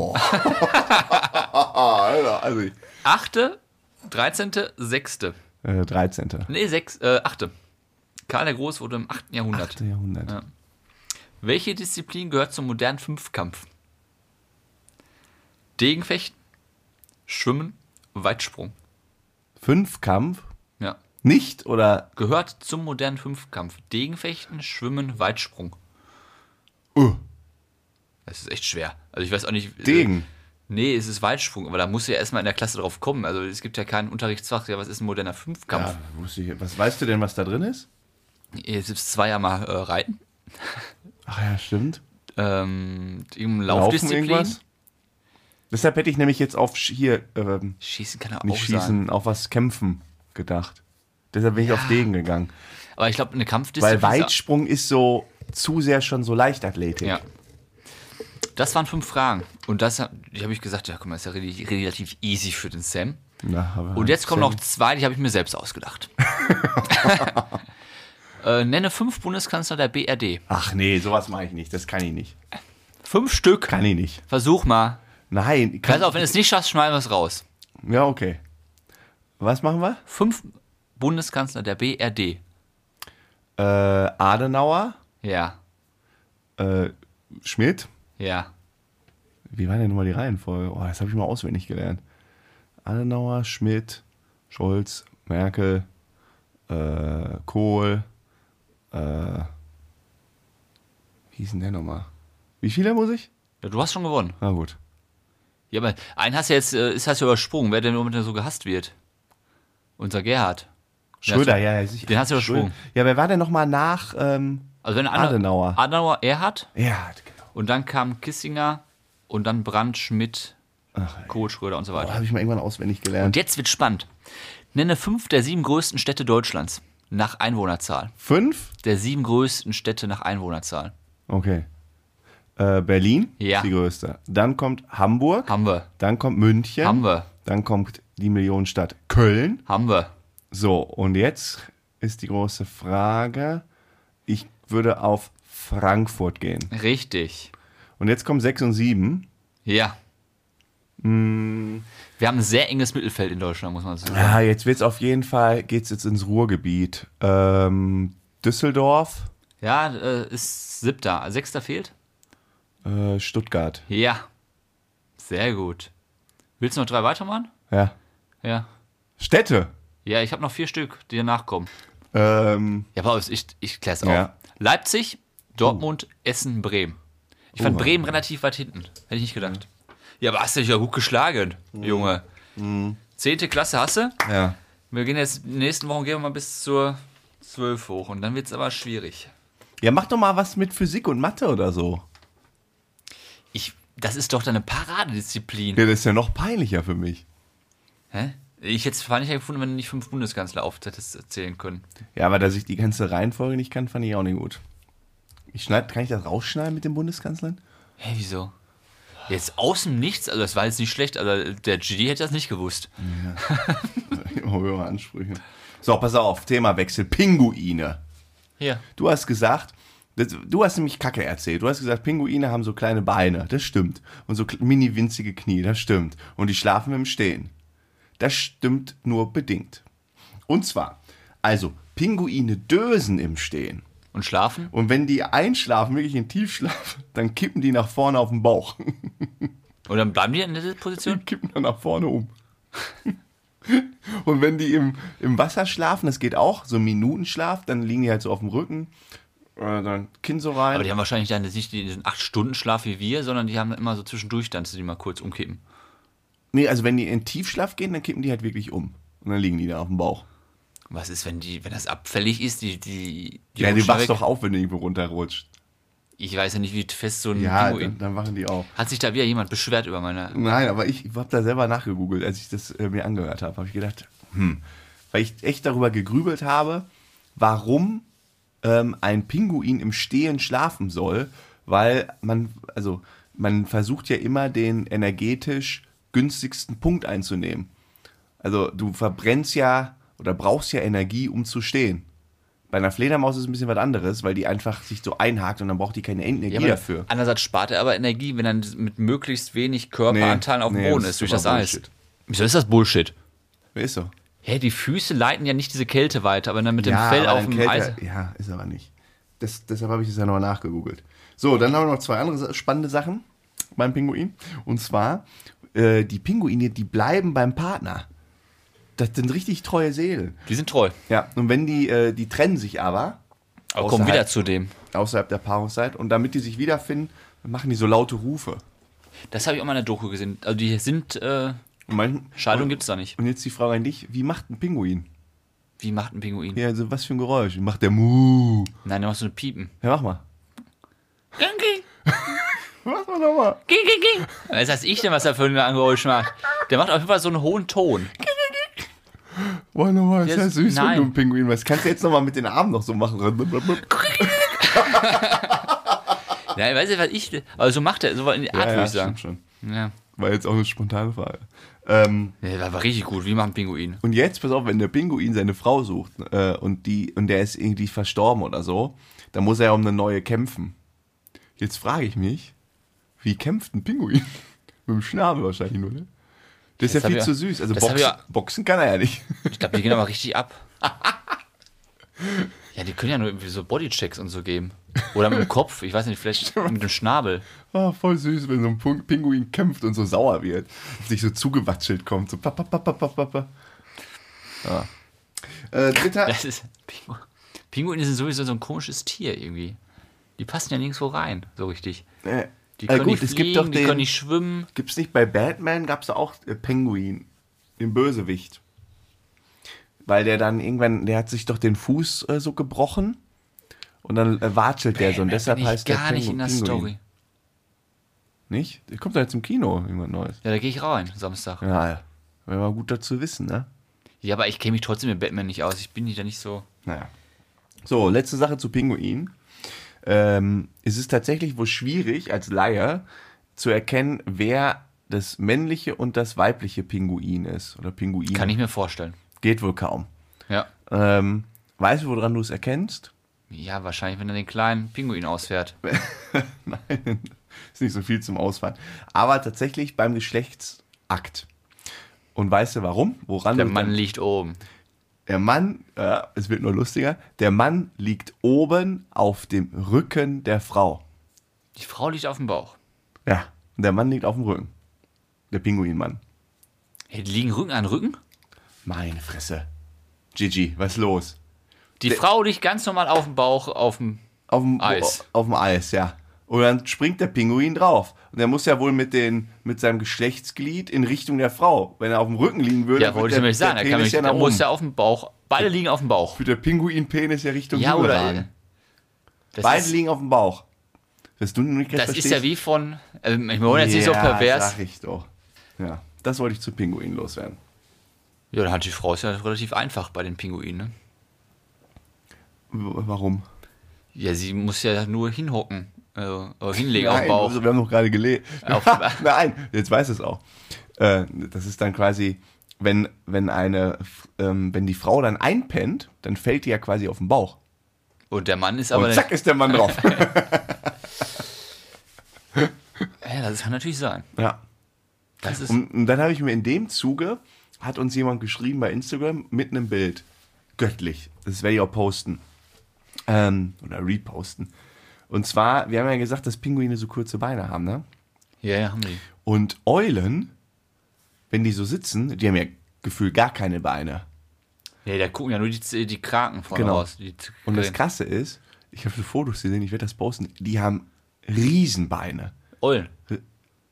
Ah, Alter, also ich.
Achte, dreizehnte, sechste.
Äh, 13.
Nee, sechs, äh, achte. Karl der Große wurde im achten Jahrhundert.
8. Jahrhundert.
Ja. Welche Disziplin gehört zum modernen Fünfkampf? Degenfechten, Schwimmen, Weitsprung.
Fünfkampf?
Ja.
Nicht oder.
Gehört zum modernen Fünfkampf. Degenfechten, Schwimmen, Weitsprung.
Uh,
Das ist echt schwer. Also ich weiß auch nicht.
Degen.
Nee, es ist Weitsprung, aber da musst du ja erstmal in der Klasse drauf kommen. Also es gibt ja keinen Unterrichtsfach, ja, was ist ein moderner Fünfkampf?
Ja, wusste ich. Was weißt du denn, was da drin ist?
Ihr selbst zwei ja mal äh, reiten.
Ach ja, stimmt.
Ähm, im
Laufen
Laufdisziplin.
irgendwas? Deshalb hätte ich nämlich jetzt auf Sch- hier ähm,
Schießen kann er
nicht
auch sein.
schießen, auf was kämpfen gedacht. Deshalb bin ich auf Degen gegangen.
Aber ich glaube, eine Kampfdisziplin.
Weil
ist-
Weitsprung ist so zu sehr schon so Leichtathletik.
Ja. Das waren fünf Fragen. Und das hab- die habe ich gesagt, ja, guck mal, ist ja relativ, relativ easy für den Sam.
Na, aber
Und jetzt kommen noch
Sam-
zwei, die habe ich mir selbst
[LAUGHS]
ausgedacht. äh, nenne fünf Bundeskanzler der BRD.
Ach nee, sowas mache ich nicht. Das kann ich nicht.
Fünf Stück.
Kann ich nicht.
Versuch mal.
Nein. Kann
Pass auf, wenn du es nicht schaffst, schneiden wir es raus.
Ja, okay. Was machen wir?
Fünf Bundeskanzler der BRD.
Äh, Adenauer,
Ja,
äh, Schmidt.
ja.
Wie war denn nochmal die Reihenfolge? Oh, das habe ich mal auswendig gelernt. Adenauer, Schmidt, Scholz, Merkel, äh, Kohl, äh, wie hieß denn der nochmal? Wie viele muss ich?
Ja, Du hast schon gewonnen.
Na gut.
Ja, aber einen hast du jetzt, äh, ist hast du übersprungen, wer denn momentan so gehasst wird. Unser Gerhard.
Schröder, ja, ja. sicher.
Den hast du übersprungen.
Schröder. Ja, wer war denn nochmal nach ähm,
Also wenn Adenauer.
Adenauer?
Adenauer Erhard
ja, genau.
und dann kam Kissinger und dann Brandt, Schmidt,
Ach, ey.
Kohl, Schröder und so
Oh,
weiter.
habe ich mal irgendwann auswendig gelernt.
Jetzt wird spannend. Nenne fünf der sieben größten Städte Deutschlands nach Einwohnerzahl.
Fünf?
Der sieben größten Städte nach Einwohnerzahl.
Okay. Äh, Berlin
Ja.
ist die größte. Dann kommt Hamburg.
Haben wir.
dann kommt München.
Haben wir.
Dann kommt die Millionenstadt Köln.
Haben wir.
So, und jetzt ist die große Frage. Ich würde auf Frankfurt gehen.
Richtig.
Und jetzt kommen sechs und sieben.
Ja. Wir haben ein sehr enges Mittelfeld in Deutschland, muss man sagen.
Ja, jetzt wird's auf jeden Fall, geht's jetzt ins Ruhrgebiet. Ähm, Düsseldorf,
Ja, äh, ist siebter. Sechster fehlt?
äh, Stuttgart.
Ja. Sehr gut. Willst du noch drei weitermachen?
Ja.
Ja.
Städte.
Ja, ich habe noch vier Stück, die danach kommen.
Ähm,
Ja, Paulus, ich, ich klär's auf.
Ja.
Leipzig, Dortmund, Essen, Bremen. Ich Ich fand
Oha.
Bremen relativ weit hinten. Hätte ich nicht gedacht. Ja, aber hast du dich ja gut geschlagen, Junge. Zehnte Klasse hast du?
Ja.
Wir gehen jetzt, in den nächsten Wochen gehen wir mal bis zur 12 hoch und dann wird es aber schwierig.
Ja, mach doch mal was mit Physik und Mathe oder so.
Ich, das ist doch deine Paradedisziplin.
Ja, das ist ja noch peinlicher für mich.
Hä? Ich hätte es feindlich gefunden, wenn du nicht fünf Bundeskanzler auf hättest erzählen können.
Ja, aber dass ich die ganze Reihenfolge nicht kann, fand ich auch nicht gut. Ich schneid, kann ich das rausschneiden mit dem Bundeskanzler?
Hä, wieso? Jetzt aus dem Nichts, also das war jetzt nicht schlecht, aber der GD hätte das nicht gewusst.
Immer [LAUGHS] höhere Ansprüche. So, pass auf, Themawechsel. Pinguine.
Ja.
Du hast gesagt, das, du hast nämlich Kacke erzählt. Du hast gesagt, Pinguine haben so kleine Beine. Das stimmt. Und so kle- mini winzige Knie. Das stimmt. Und die schlafen im Stehen. Das stimmt nur bedingt. Und zwar, also, Pinguine dösen im Stehen.
Und schlafen?
Und wenn die einschlafen, wirklich in Tiefschlaf, [LAUGHS] dann kippen die nach vorne auf den Bauch.
Und dann bleiben die in dieser
Die [LAUGHS]
Position?
kippen dann nach vorne um. Und wenn die im, im Wasser schlafen, das geht auch, so Minutenschlaf, dann liegen die halt so auf dem Rücken, äh, dann Kinn so rein.
Aber die haben wahrscheinlich dann jetzt nicht diesen 8-Stunden-Schlaf wie wir, sondern die haben immer so zwischendurch dann, dass die mal kurz umkippen.
Nee, also wenn die in Tiefschlaf gehen, dann kippen die halt wirklich um. Und dann liegen die da auf dem Bauch.
Und Was ist, wenn die, wenn das abfällig ist, die, die, die
ja, du
rutschen
wachst
weg?
doch auf, wenn du irgendwo runterrutscht.
Ich weiß ja nicht, wie fest so ein
Ja, dann,
Pinguin.
dann wachen die auf.
Hat sich da wieder jemand beschwert über meine.
Nein, aber ich habe da selber nachgegoogelt, als ich das äh, mir angehört habe. Habe ich gedacht, hm, weil ich echt darüber gegrübelt habe, warum ähm, ein Pinguin im Stehen schlafen soll, weil man, also man versucht ja immer den energetisch günstigsten Punkt einzunehmen. Also du verbrennst ja oder brauchst ja Energie, um zu stehen. Bei einer Fledermaus ist es ein bisschen was anderes, weil die einfach sich so einhakt und dann braucht die keine Energie
aber
dafür.
Andererseits spart er aber Energie, wenn er mit möglichst wenig Körperanteilen
Nee,
auf dem
nee,
Boden
das
ist,
ist
durch
immer
das Eis.
Bullshit.
Wieso ist das Bullshit?
Ist so.
Hä, die Füße leiten ja nicht diese Kälte weiter, aber dann mit dem Fell
aber
auf
dann
dem
Kälte-
Eis.
Ja, ist aber nicht. Das, deshalb habe ich es ja nochmal nachgegoogelt. So, dann haben wir noch zwei andere sa- spannende Sachen beim Pinguin. Und zwar, äh, die Pinguine, die bleiben beim Partner. Das sind richtig treue Seelen.
Die sind treu.
Ja, und wenn die, äh, die trennen sich aber.
Aber kommen wieder
außerhalb-
zu dem.
Außerhalb der Paarungszeit. Und damit die sich wiederfinden, machen die so laute Rufe.
Das habe ich auch mal in der Doku gesehen. Also die sind. Äh,
Und manch-
Scheidung
und-
gibt es da nicht.
Und jetzt die Frage an dich, wie macht ein Pinguin?
Wie macht ein Pinguin?
Ja, also was für ein Geräusch? Wie Macht der Mu?
Nein, der macht so ein Piepen.
Ja, mach mal.
Gangi,
Mach mal nochmal.
ging, ging, ging. Was weiß ich denn, was er für ein Geräusch macht? Der macht auf jeden Fall so einen hohen Ton.
Boah, nochmal, ist
Der
ja
ist-
süß,
nein.
wenn du ein Pinguin bist. Kannst du jetzt nochmal mit den Armen noch so machen?
Nein, weiß ich, was ich. Aber so macht er, so in die Art, würde ich sagen.
stimmt schon.
Ja.
War jetzt auch eine spontane Frage. Ähm,
ja. Das war richtig gut. Wie macht ein Pinguin?
und jetzt, pass auf, wenn der Pinguin seine Frau sucht äh, und, die, und der ist irgendwie verstorben oder so, dann muss er ja um eine neue kämpfen. Jetzt frage ich mich, wie kämpft ein Pinguin? [LAUGHS] mit dem Schnabel wahrscheinlich nur, ne? Das ist
Das
ja
hab
viel
ich ja-
zu süß. Also
das hab
boxen,
ich ja-
boxen kann er ja nicht.
Ich glaube, die gehen aber richtig ab. Ja, die können ja nur irgendwie so Bodychecks und so geben. Oder mit dem Kopf, ich weiß nicht, vielleicht mit dem Schnabel.
Ah, voll süß, wenn so ein Pung- Pinguin kämpft und so sauer wird. Sich so zugewatschelt kommt. So pa, pa, pa, pa, pa, pa, pa. Ja. Ah. Äh, dritter.
Das ist. Pingu Pinguine sind sowieso so ein komisches Tier irgendwie. Die passen ja nirgendwo rein, so richtig.
Äh,
Die
äh,
können
gut,
nicht
es
fliegen,
gibt doch
die können
den.
nicht schwimmen.
Gibt's nicht bei Batman, gab's da auch äh, Penguin, den Bösewicht. Weil der dann irgendwann, der hat sich doch den Fuß äh, so gebrochen. Und dann äh, watschelt der so. Und deshalb
bin ich
heißt der
gar nicht
Pengu-
in der
Pinguin.
Story.
Nicht? Der kommt doch jetzt im Kino, irgendwas Neues.
Ja, da gehe ich rein, Samstag. Ja.
Ja, wäre mal gut dazu wissen, ne?
aber ich kenne mich trotzdem mit Batman nicht aus. Ich bin da nicht so.
Naja. So, letzte Sache zu Pinguin. Ähm, es ist tatsächlich wohl schwierig, als Laie zu erkennen, wer das männliche und das weibliche Pinguin ist. Oder Pinguin.
Kann ich mir vorstellen.
Geht wohl kaum.
Ja.
Ähm, weißt du, woran du es erkennst? [LAUGHS]
Ja, wahrscheinlich, wenn er den kleinen Pinguin ausfährt.
Nein, ist nicht so viel zum Ausfahren. Aber tatsächlich beim Geschlechtsakt. Und weißt du warum? Woran
Der
du-
Mann liegt oben.
Der Mann, äh, es wird nur lustiger, der Mann liegt oben auf dem Rücken der Frau.
Die Frau liegt auf dem Bauch.
Ja. Und der Mann liegt auf dem Rücken. Der Pinguinmann.
Hey, die liegen Rücken an Rücken?
Meine Fresse. Gigi, was ist los?
Die Frau liegt ganz normal auf dem Bauch, auf dem.
Auf dem
Eis.
Auf dem Eis, ja. Und dann springt der Pinguin drauf. Und er muss ja wohl mit, den, mit seinem Geschlechtsglied in Richtung der Frau. Wenn er auf dem Rücken liegen würde,
Ja, wollte ich
der,
nämlich sagen.
der
Da, kann
Penis
mich,
ja
da
nach
muss
oben.
er auf dem Bauch. Beide liegen auf dem Bauch.
Wird der Pinguin-Penis ja Richtung
Ja
Jura,
oder
ey.
nein? Das
Beide
ist,
liegen auf dem Bauch. Dass du nicht
das ist ja
verstehst?
wie von. Also ich meine, jetzt nicht so
Ja,
pervers.
Sag ich doch. Ja, das wollte ich zu Pinguin loswerden.
Ja, dann hat die Frau es ja relativ einfach bei den Pinguinen. Ne?
W- Warum?
Ja, sie muss ja nur hinhocken. Äh, oder hinlegen
Nein,
auf
also
den Bauch.
wir haben doch gerade gelesen.
[LAUGHS] Auf-
[LAUGHS] Nein, jetzt weiß es auch. Äh, das ist dann quasi, wenn, wenn eine, ähm, wenn die Frau dann einpennt, dann fällt die ja quasi auf den Bauch.
Und der Mann ist aber.
Und zack ist der
[LAUGHS]
Mann drauf.
Ja, das kann natürlich sein.
ja.
Das ist.
Und, und dann habe ich mir in dem Zuge, hat uns jemand geschrieben bei Instagram mit einem Bild. Göttlich. Das werde ich auch posten. Ähm, oder reposten. Und zwar, wir haben ja gesagt, dass Pinguine so kurze Beine haben, ne?
Ja, ja, haben die.
Und Eulen, wenn die so sitzen, die haben ja gefühlt gar keine Beine.
Nee, da gucken ja nur die, die Kraken vorne
Genau.
raus. Die
Und das Krasse ist, ich habe so Fotos gesehen, ich werde das posten, die haben Riesenbeine.
Eulen.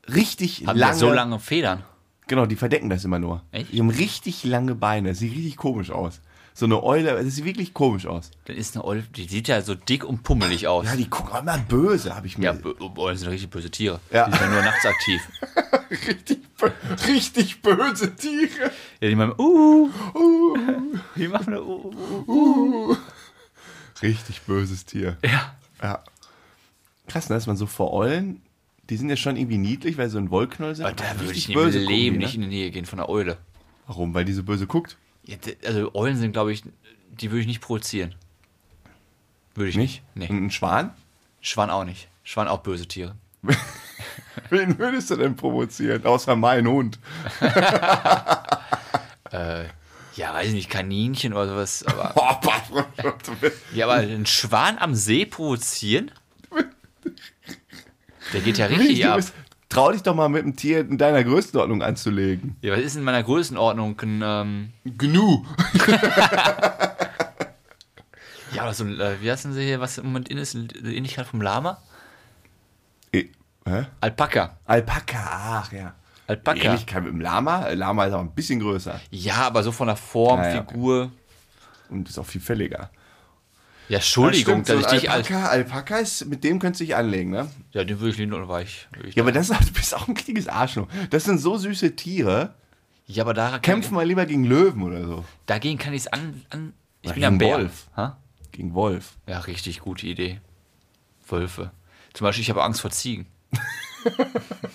Richtig
Haben ja
lange.
so lange Federn.
Genau, die verdecken das immer nur.
Echt?
Die haben richtig lange Beine. Sieht richtig komisch aus. So eine Eule, das sieht wirklich komisch aus.
Dann ist eine Eule. Die sieht ja so dick und pummelig aus.
Ja, die gucken auch immer böse, habe ich
Ja,
mir.
Bö- Eulen oh, sind richtig böse Tiere.
Ja.
Die sind ja nur nachts aktiv.
[LAUGHS] richtig, bö- richtig böse Tiere.
[LAUGHS] Ja, die machen, uh, uh. Die machen eine uh, uh.
Richtig böses Tier.
Ja.
Ja. Krass, ne, dass man so vor Eulen, die sind ja schon irgendwie niedlich, weil sie so ein Wollknäuel sind.
Aber da würde ich
richtig
im Leben
gucken die, ne?
nicht in die Nähe gehen von einer Eule.
Warum? Weil die so böse guckt?
Ja, d- also Eulen sind, glaube ich, die würde ich nicht provozieren. Würde ich nicht. Hm. Nee.
Und ein Schwan?
Schwan auch nicht. Schwan auch böse Tiere.
Wen würdest du denn provozieren? Außer meinen Hund.
Ja, weiß ich nicht, Kaninchen oder sowas. Aber,
Boah, Papa, Oh, [LAUGHS] du bist-
ja, aber einen Schwan am See [LAUGHS] provozieren? Der geht ja richtig
du
ab.
bist- Trau dich doch mal mit einem Tier in deiner Größenordnung anzulegen.
Ja, was ist in meiner Größenordnung? Ein, ähm,
Gnu.
ja, aber so ein, äh, wie heißen sie hier, was im Moment in ist? Die Ähnlichkeit vom Lama?
Äh, hä?
Alpaka.
Alpaka, ach ja.
Alpaka.
Ähnlichkeit mit dem Lama. Lama ist auch ein bisschen größer
Ja, aber so von der Form,
Ah, ja, okay.
Figur.
und ist auch viel fälliger.
Ja, Entschuldigung,
Das stimmt,
dass
so
ich dich
ein
als.
Alpaka, Alpaka ist, mit dem könntest du dich anlegen, ne?
Ja, den würde ich lieben und weich. Würde ich
Ja, aber das [LAUGHS] du bist auch ein richtiges Arschloch. Das sind so süße Tiere.
ja, aber da
Kämpf mal lieber gegen Löwen oder so.
dagegen kann ich es an, an. Ich
Oder
bin ja ein
gegen
Bär.
Wolf.
Ha?
Gegen Wolf.
Ja, richtig gute Idee. Wölfe. Zum Beispiel, ich habe Angst vor Ziegen.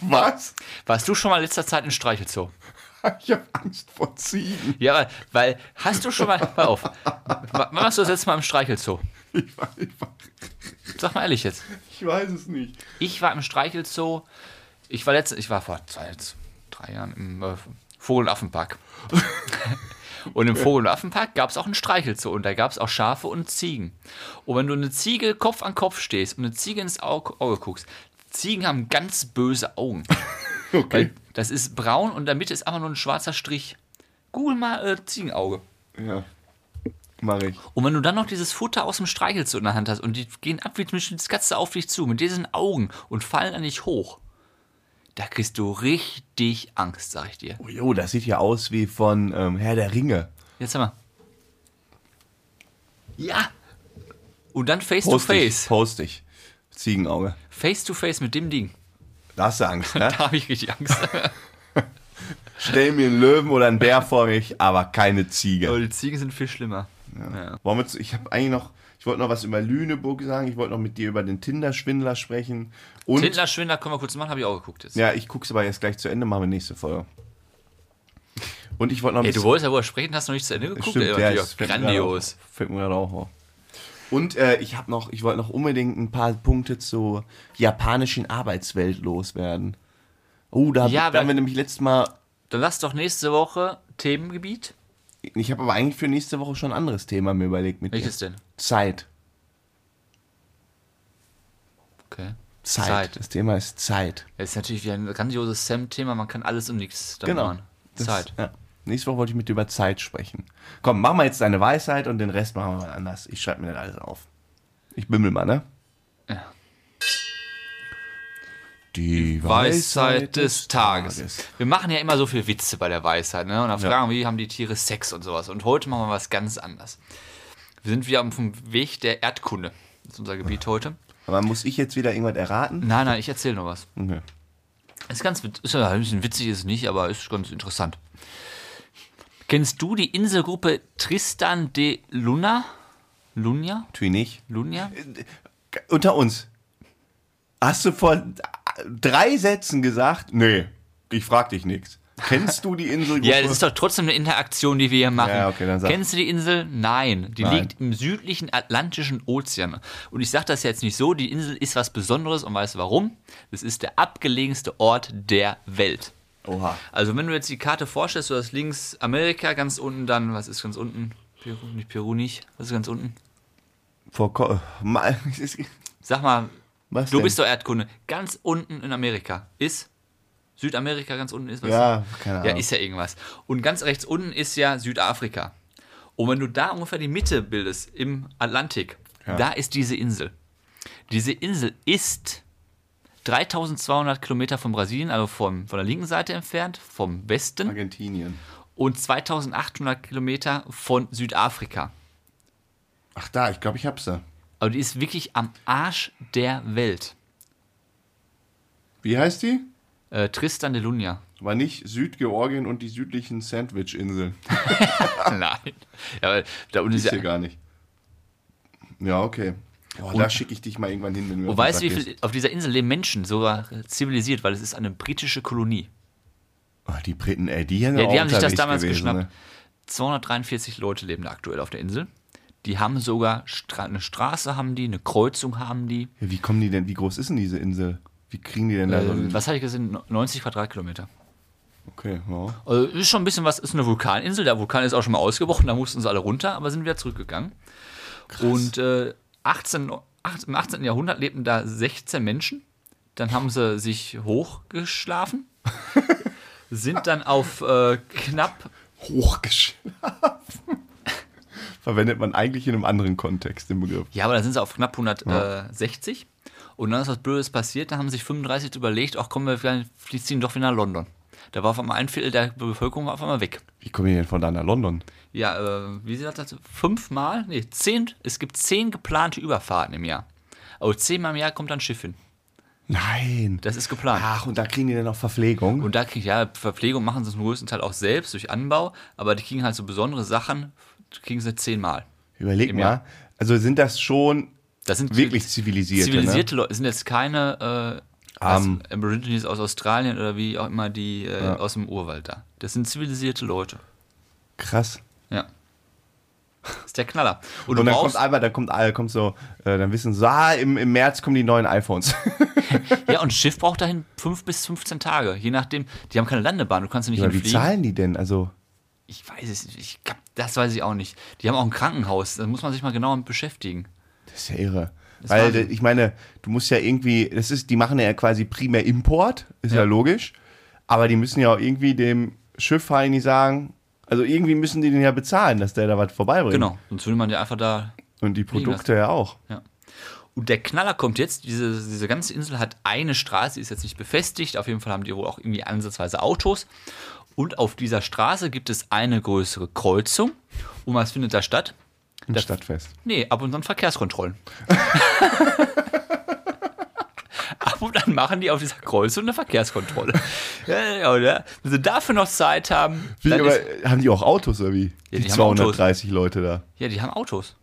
Was?
Warst du schon mal in letzter Zeit in Streichelzoo?
[LAUGHS] Ich habe Angst vor Ziegen.
Ja, weil, weil hast du schon [LAUGHS] mal. Pass auf. W- Wann warst du das letzte Mal im Streichelzoo?
Ich, weiß- ich, weiß-
Sag mal ehrlich jetzt.
ich weiß es nicht.
Ich war im Streichelzoo. Ich war letztens, ich war vor zwei, drei Jahren im äh, Vogel- und Affenpark. [LAUGHS] und im Vogel- und Affenpark gab es auch einen Streichelzoo und da gab es auch Schafe und Ziegen. Und wenn du eine Ziege Kopf an Kopf stehst und eine Ziege ins Auge, Auge guckst, Ziegen haben ganz böse Augen. Weil das ist braun und in der Mitte ist einfach nur ein schwarzer Strich. Google mal äh, Ziegenauge.
Ja. Mach ich.
Und wenn du dann noch dieses Futter aus dem Streichelzoo in der Hand hast und die gehen ab wie eine Katze auf dich zu mit diesen Augen und fallen an dich hoch, da kriegst du richtig Angst, sag ich dir.
Oh, jo, das sieht ja aus wie von ähm, Herr der Ringe.
Jetzt sag mal. Ja! Und dann face to
Post ich,
face.
post ich. Ziegenauge.
Face to face mit dem Ding.
[LAUGHS] Da hast du Angst, ne?
Da habe ich richtig Angst.
Stell mir einen Löwen oder einen Bär vor mich, aber keine
Aber
Ziege.
die Ziegen sind viel schlimmer. Ja.
Wollen wir zu, ich habe eigentlich noch, ich wollte noch was über Lüneburg sagen, ich wollte noch mit dir über den Tinder-Schwindler sprechen. Und,
Tindler Schwindler können wir kurz machen, habe ich auch geguckt jetzt.
ja, ich guck's aber jetzt gleich zu Ende, machen wir nächste Folge. Und ich wollte noch ein
Ey, du
bisschen-
wolltest ja wohl sprechen, hast noch nicht zu Ende geguckt.
Stimmt,
Ey,
ja,
ja,
das fällt mir
grandios.
gerade auf. Fällt mir gerade auch auf. Und äh, ich habe noch, ich wollte noch unbedingt ein paar Punkte zur japanischen Arbeitswelt loswerden. Oh, da, hab-
Ja,
da haben
aber-
wir nämlich letztes Mal.
Dann lass doch nächste Woche Themengebiet.
Ich habe aber eigentlich für nächste Woche schon ein anderes Thema mir überlegt mit
Welches
dir.
denn?
Zeit.
Okay.
Zeit.
Zeit.
Das Thema ist Zeit.
Das ist natürlich wieder ein grandioses Sam-Thema, man kann alles und nichts damit
Genau.
machen.
Das,
Zeit.
Ja. Nächste Woche wollte ich mit dir über Zeit sprechen. Komm, machen wir jetzt deine Weisheit und den Rest machen wir mal anders. Ich schreibe mir das alles auf. Ich bimmel mal, ne?
Ja.
Die
Weisheit des Tages. Wir machen ja immer so viel Witze bei der Weisheit, ne? Und dann fragen wir, wie haben die Tiere Sex und sowas. Und heute machen wir was ganz anderes. Wir sind wieder auf dem Weg der Erdkunde. Das ist unser Gebiet heute.
Aber muss ich jetzt wieder irgendwas erraten?
Nein, nein, ich erzähle nur was.
Okay.
Ist ganz wit- ist ja ein bisschen witzig, ist es nicht, aber ist ganz interessant. Kennst du die Inselgruppe Tristan de Luna? Lunia?
Tue nicht.
Lunia?
Unter uns. Hast du vor drei Sätzen gesagt, nee, ich frag dich nichts. Kennst du die
[LAUGHS]
Insel?
Ja, das ist doch trotzdem eine Interaktion, die wir hier machen.
Ja, okay, dann sag.
Kennst du die Insel? Nein. Die
Nein.
liegt im südlichen Atlantischen Ozean. Und ich sage das jetzt nicht so, die Insel ist was Besonderes und weißt du warum? Das ist der abgelegenste Ort der Welt.
Oha.
Also wenn du jetzt die Karte vorstellst, du hast links Amerika, ganz unten dann, was ist ganz unten? Peru, nicht Peru nicht. Was ist ganz unten?
Vor Ko
[LAUGHS]
mal, es ist-
Sag mal,
Was
du
denn?
bist doch Erdkunde. Ganz unten in Amerika ist Südamerika, ganz unten ist was?
Ja, keine Ahnung.
Ja, ist ja irgendwas. Und ganz rechts unten ist ja Südafrika. Und wenn du da ungefähr die Mitte bildest, im Atlantik,
Ja.
da ist diese Insel. Diese Insel ist 3200 Kilometer von Brasilien, also vom, von der linken Seite entfernt, vom Westen,
Argentinien.
und 2800 Kilometer von Südafrika.
Ach da, ich glaube, ich hab's da.
Aber die ist wirklich am Arsch der Welt.
Wie heißt die?
Äh, Tristan de Luna.
War nicht Südgeorgien und die südlichen Sandwich-Inseln.
[LAUGHS] Nein. Ja, aber da unten Ah. ist
Ist
ja.
hier gar nicht. Ja, okay. Boah, da schicke ich dich mal irgendwann hin, wenn wir
Du
auf den
weißt,
Sack
wie
gehst.
viel auf dieser Insel leben Menschen, sogar äh, zivilisiert, weil es ist eine britische Kolonie.
Oh, die Briten, ey, die, ja,
Ja, die haben sich das damals geschnappt.
ne?
243 Leute leben da aktuell auf der Insel. Die haben sogar Stra eine Straße, haben die, eine Kreuzung haben die.
Ja, wie kommen die denn, wie groß ist denn diese Insel? Wie kriegen die denn da so
Ähm,
einen-
was hatte ich gesehen? No- 90 Quadratkilometer.
Okay, ja.
Also ist schon ein bisschen was, ist eine Vulkaninsel. Der Vulkan ist auch schon mal ausgebrochen, da mussten sie alle runter, aber sind wieder zurückgegangen. Und äh, 18, acht- im 18. Jahrhundert lebten da 16 Menschen. Dann haben sie sich hochgeschlafen, sind dann auf äh, knapp,
Hochgeschlafen. [LAUGHS] Verwendet man eigentlich in einem anderen Kontext den Begriff.
ja, aber dann sind sie auf knapp 160. Und dann ist was Blödes passiert, da haben sich 35 überlegt, ach komm, wir fliegen- wir ziehen doch wieder nach London. Da war auf einmal ein Viertel der Bevölkerung war auf einmal weg.
Wie kommen die denn von da nach London?
Ja, äh, wie sie das fünfmal, nee, zehn, es gibt zehn geplante Überfahrten im Jahr. Aber zehnmal im Jahr kommt ein Schiff hin.
Nein.
Das ist geplant.
Ach, und da kriegen die denn noch Verpflegung?
Und da kriegen, ja, Verpflegung machen sie zum größten Teil auch selbst durch Anbau, aber die kriegen halt so besondere Sachen, kriegen sie zehnmal.
Überleg
Im
mal.
Jahr.
Also sind das schon
Das sind
wirklich zivilisierte, ne?
zivilisierte Leute, sind jetzt keine äh,
Armen.
aus- Aborigines aus Australien oder wie auch immer die äh, aus dem Urwald da. Das sind zivilisierte Leute.
Ne? Krass.
Ja. Ist der Knaller. Und,
Und
du
dann kommt
brauchst,
einmal, dann kommt, äh, kommt so, äh, dann wissen sie, ah, im, im März kommen die neuen
[LAUGHS]
iPhones.
Ja, und ein Schiff braucht dahin 5 bis 15 Tage, je nachdem. Die haben keine Landebahn, du kannst nicht
Aber wie
hinfliegen.
zahlen die denn? Also,
Ich weiß es nicht, ich, glaub, das weiß ich auch nicht. Die haben auch ein Krankenhaus, da muss man sich mal genau mit beschäftigen.
das ist ja irre.
Das
Weil,
Wahnsinn.
äh, ich meine, du musst ja irgendwie, das ist, die machen ja quasi primär Import, ist ja, logisch. Aber die müssen ja auch irgendwie dem Schiff halt nicht sagen, also irgendwie müssen die den ja bezahlen, dass der da was vorbeibringt.
Genau, sonst würde man ja einfach da.
Und die Produkte ja auch.
Ja. Und der Knaller kommt jetzt, diese, diese ganze Insel hat eine Straße, die ist jetzt nicht befestigt, auf jeden Fall haben die wohl auch irgendwie ansatzweise Autos. Und auf dieser Straße gibt es eine größere Kreuzung. Und was findet da statt?
Ein
Das-
Stadtfest.
Nee, ab und an
[LAUGHS]
Verkehrskontrollen. ab und an machen die auf dieser Kreuzung eine Verkehrskontrolle. ja, ja, oder? Wenn sie dafür noch Zeit haben,
Wie,
dann
aber,
ist,
haben die auch Autos oder wie?
Ja,
die,
die haben Autos.
230 Leute da.
ja, die haben Autos.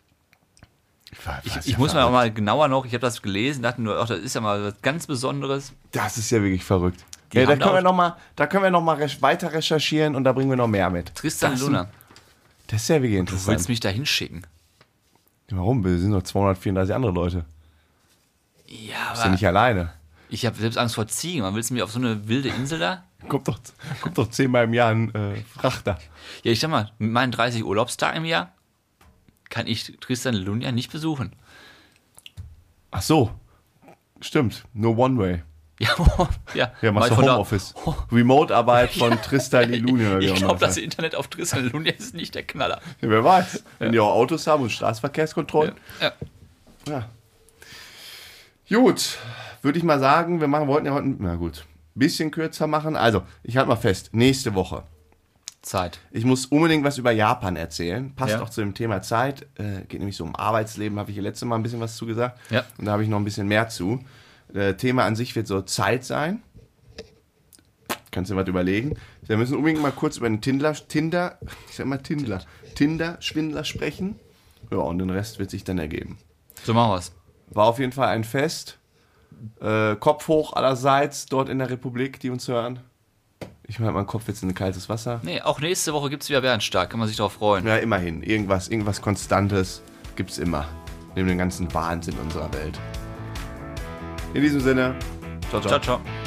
Ich,
Ich muss mir auch mal genauer noch, ich habe das gelesen, dachte nur, ach, das ist ja mal was ganz Besonderes.
Das ist ja wirklich verrückt.
Die
Ja, da,
haben da
können wir
auch-
noch mal, da können wir noch mal resch- weiter recherchieren und da bringen wir noch mehr mit.
Tristan
das,
Luna,
Das ist ja wirklich
du willst
interessant.
mich da hinschicken.
Warum? Wir sind doch 234 andere Leute.
Ja,
Bist du
aber
nicht alleine?
ich habe selbst Angst vor Ziegen. Man willst du mich auf so eine wilde Insel da?
Kommt doch, kommt doch zehnmal im Jahr ein äh, Frachter.
Ja, ich sag mal, mit meinen 30 Urlaubstagen im Jahr kann ich Tristan Luna nicht besuchen. [LAUGHS]
Ach so. Stimmt. Nur One Way.
Ja, ja.
Ja, machst
weil
du
von da-
Homeoffice. Remote-Arbeit
[LAUGHS]
von Tristan Ilunio. oder wie
Ich
auch
glaube,
immer das
das Internet auf Tristan Luna ist nicht der Knaller.
heißt. ja, Wer weiß. Wenn die auch Autos haben und Straßenverkehrskontrollen.
Ja.
Ja. Gut. würde ich mal sagen, wir machen, wollten ja heute, na gut, ein bisschen kürzer machen. Also, ich halte mal fest, nächste Woche.
Zeit.
Ich muss unbedingt was über Japan erzählen. Passt
Ja.
auch zu dem Thema Zeit. Äh, geht nämlich so um Arbeitsleben, habe ich ja letztes Mal ein bisschen was zu gesagt.
Ja.
Und da habe ich noch ein bisschen mehr zu. Äh, Thema an sich wird so Zeit sein. Kannst du dir was überlegen? Wir müssen unbedingt mal kurz über den Tindler, Tinder, ich sag mal Tindler, Tinder-Schwindler sprechen. Ja, und den Rest wird sich dann ergeben.
So machen wir's.
War auf jeden Fall ein Fest. Äh, Kopf hoch allerseits dort in der Republik, die uns hören. Ich meine, mein Kopf jetzt in kaltes Wasser.
Nee, auch nächste Woche gibt's wieder Bärenstark. Kann man sich darauf freuen.
Ja, immerhin. Irgendwas, irgendwas Konstantes gibt's immer. Neben dem ganzen Wahnsinn unserer Welt. In diesem Sinne, ciao, ciao.
Ciao, ciao.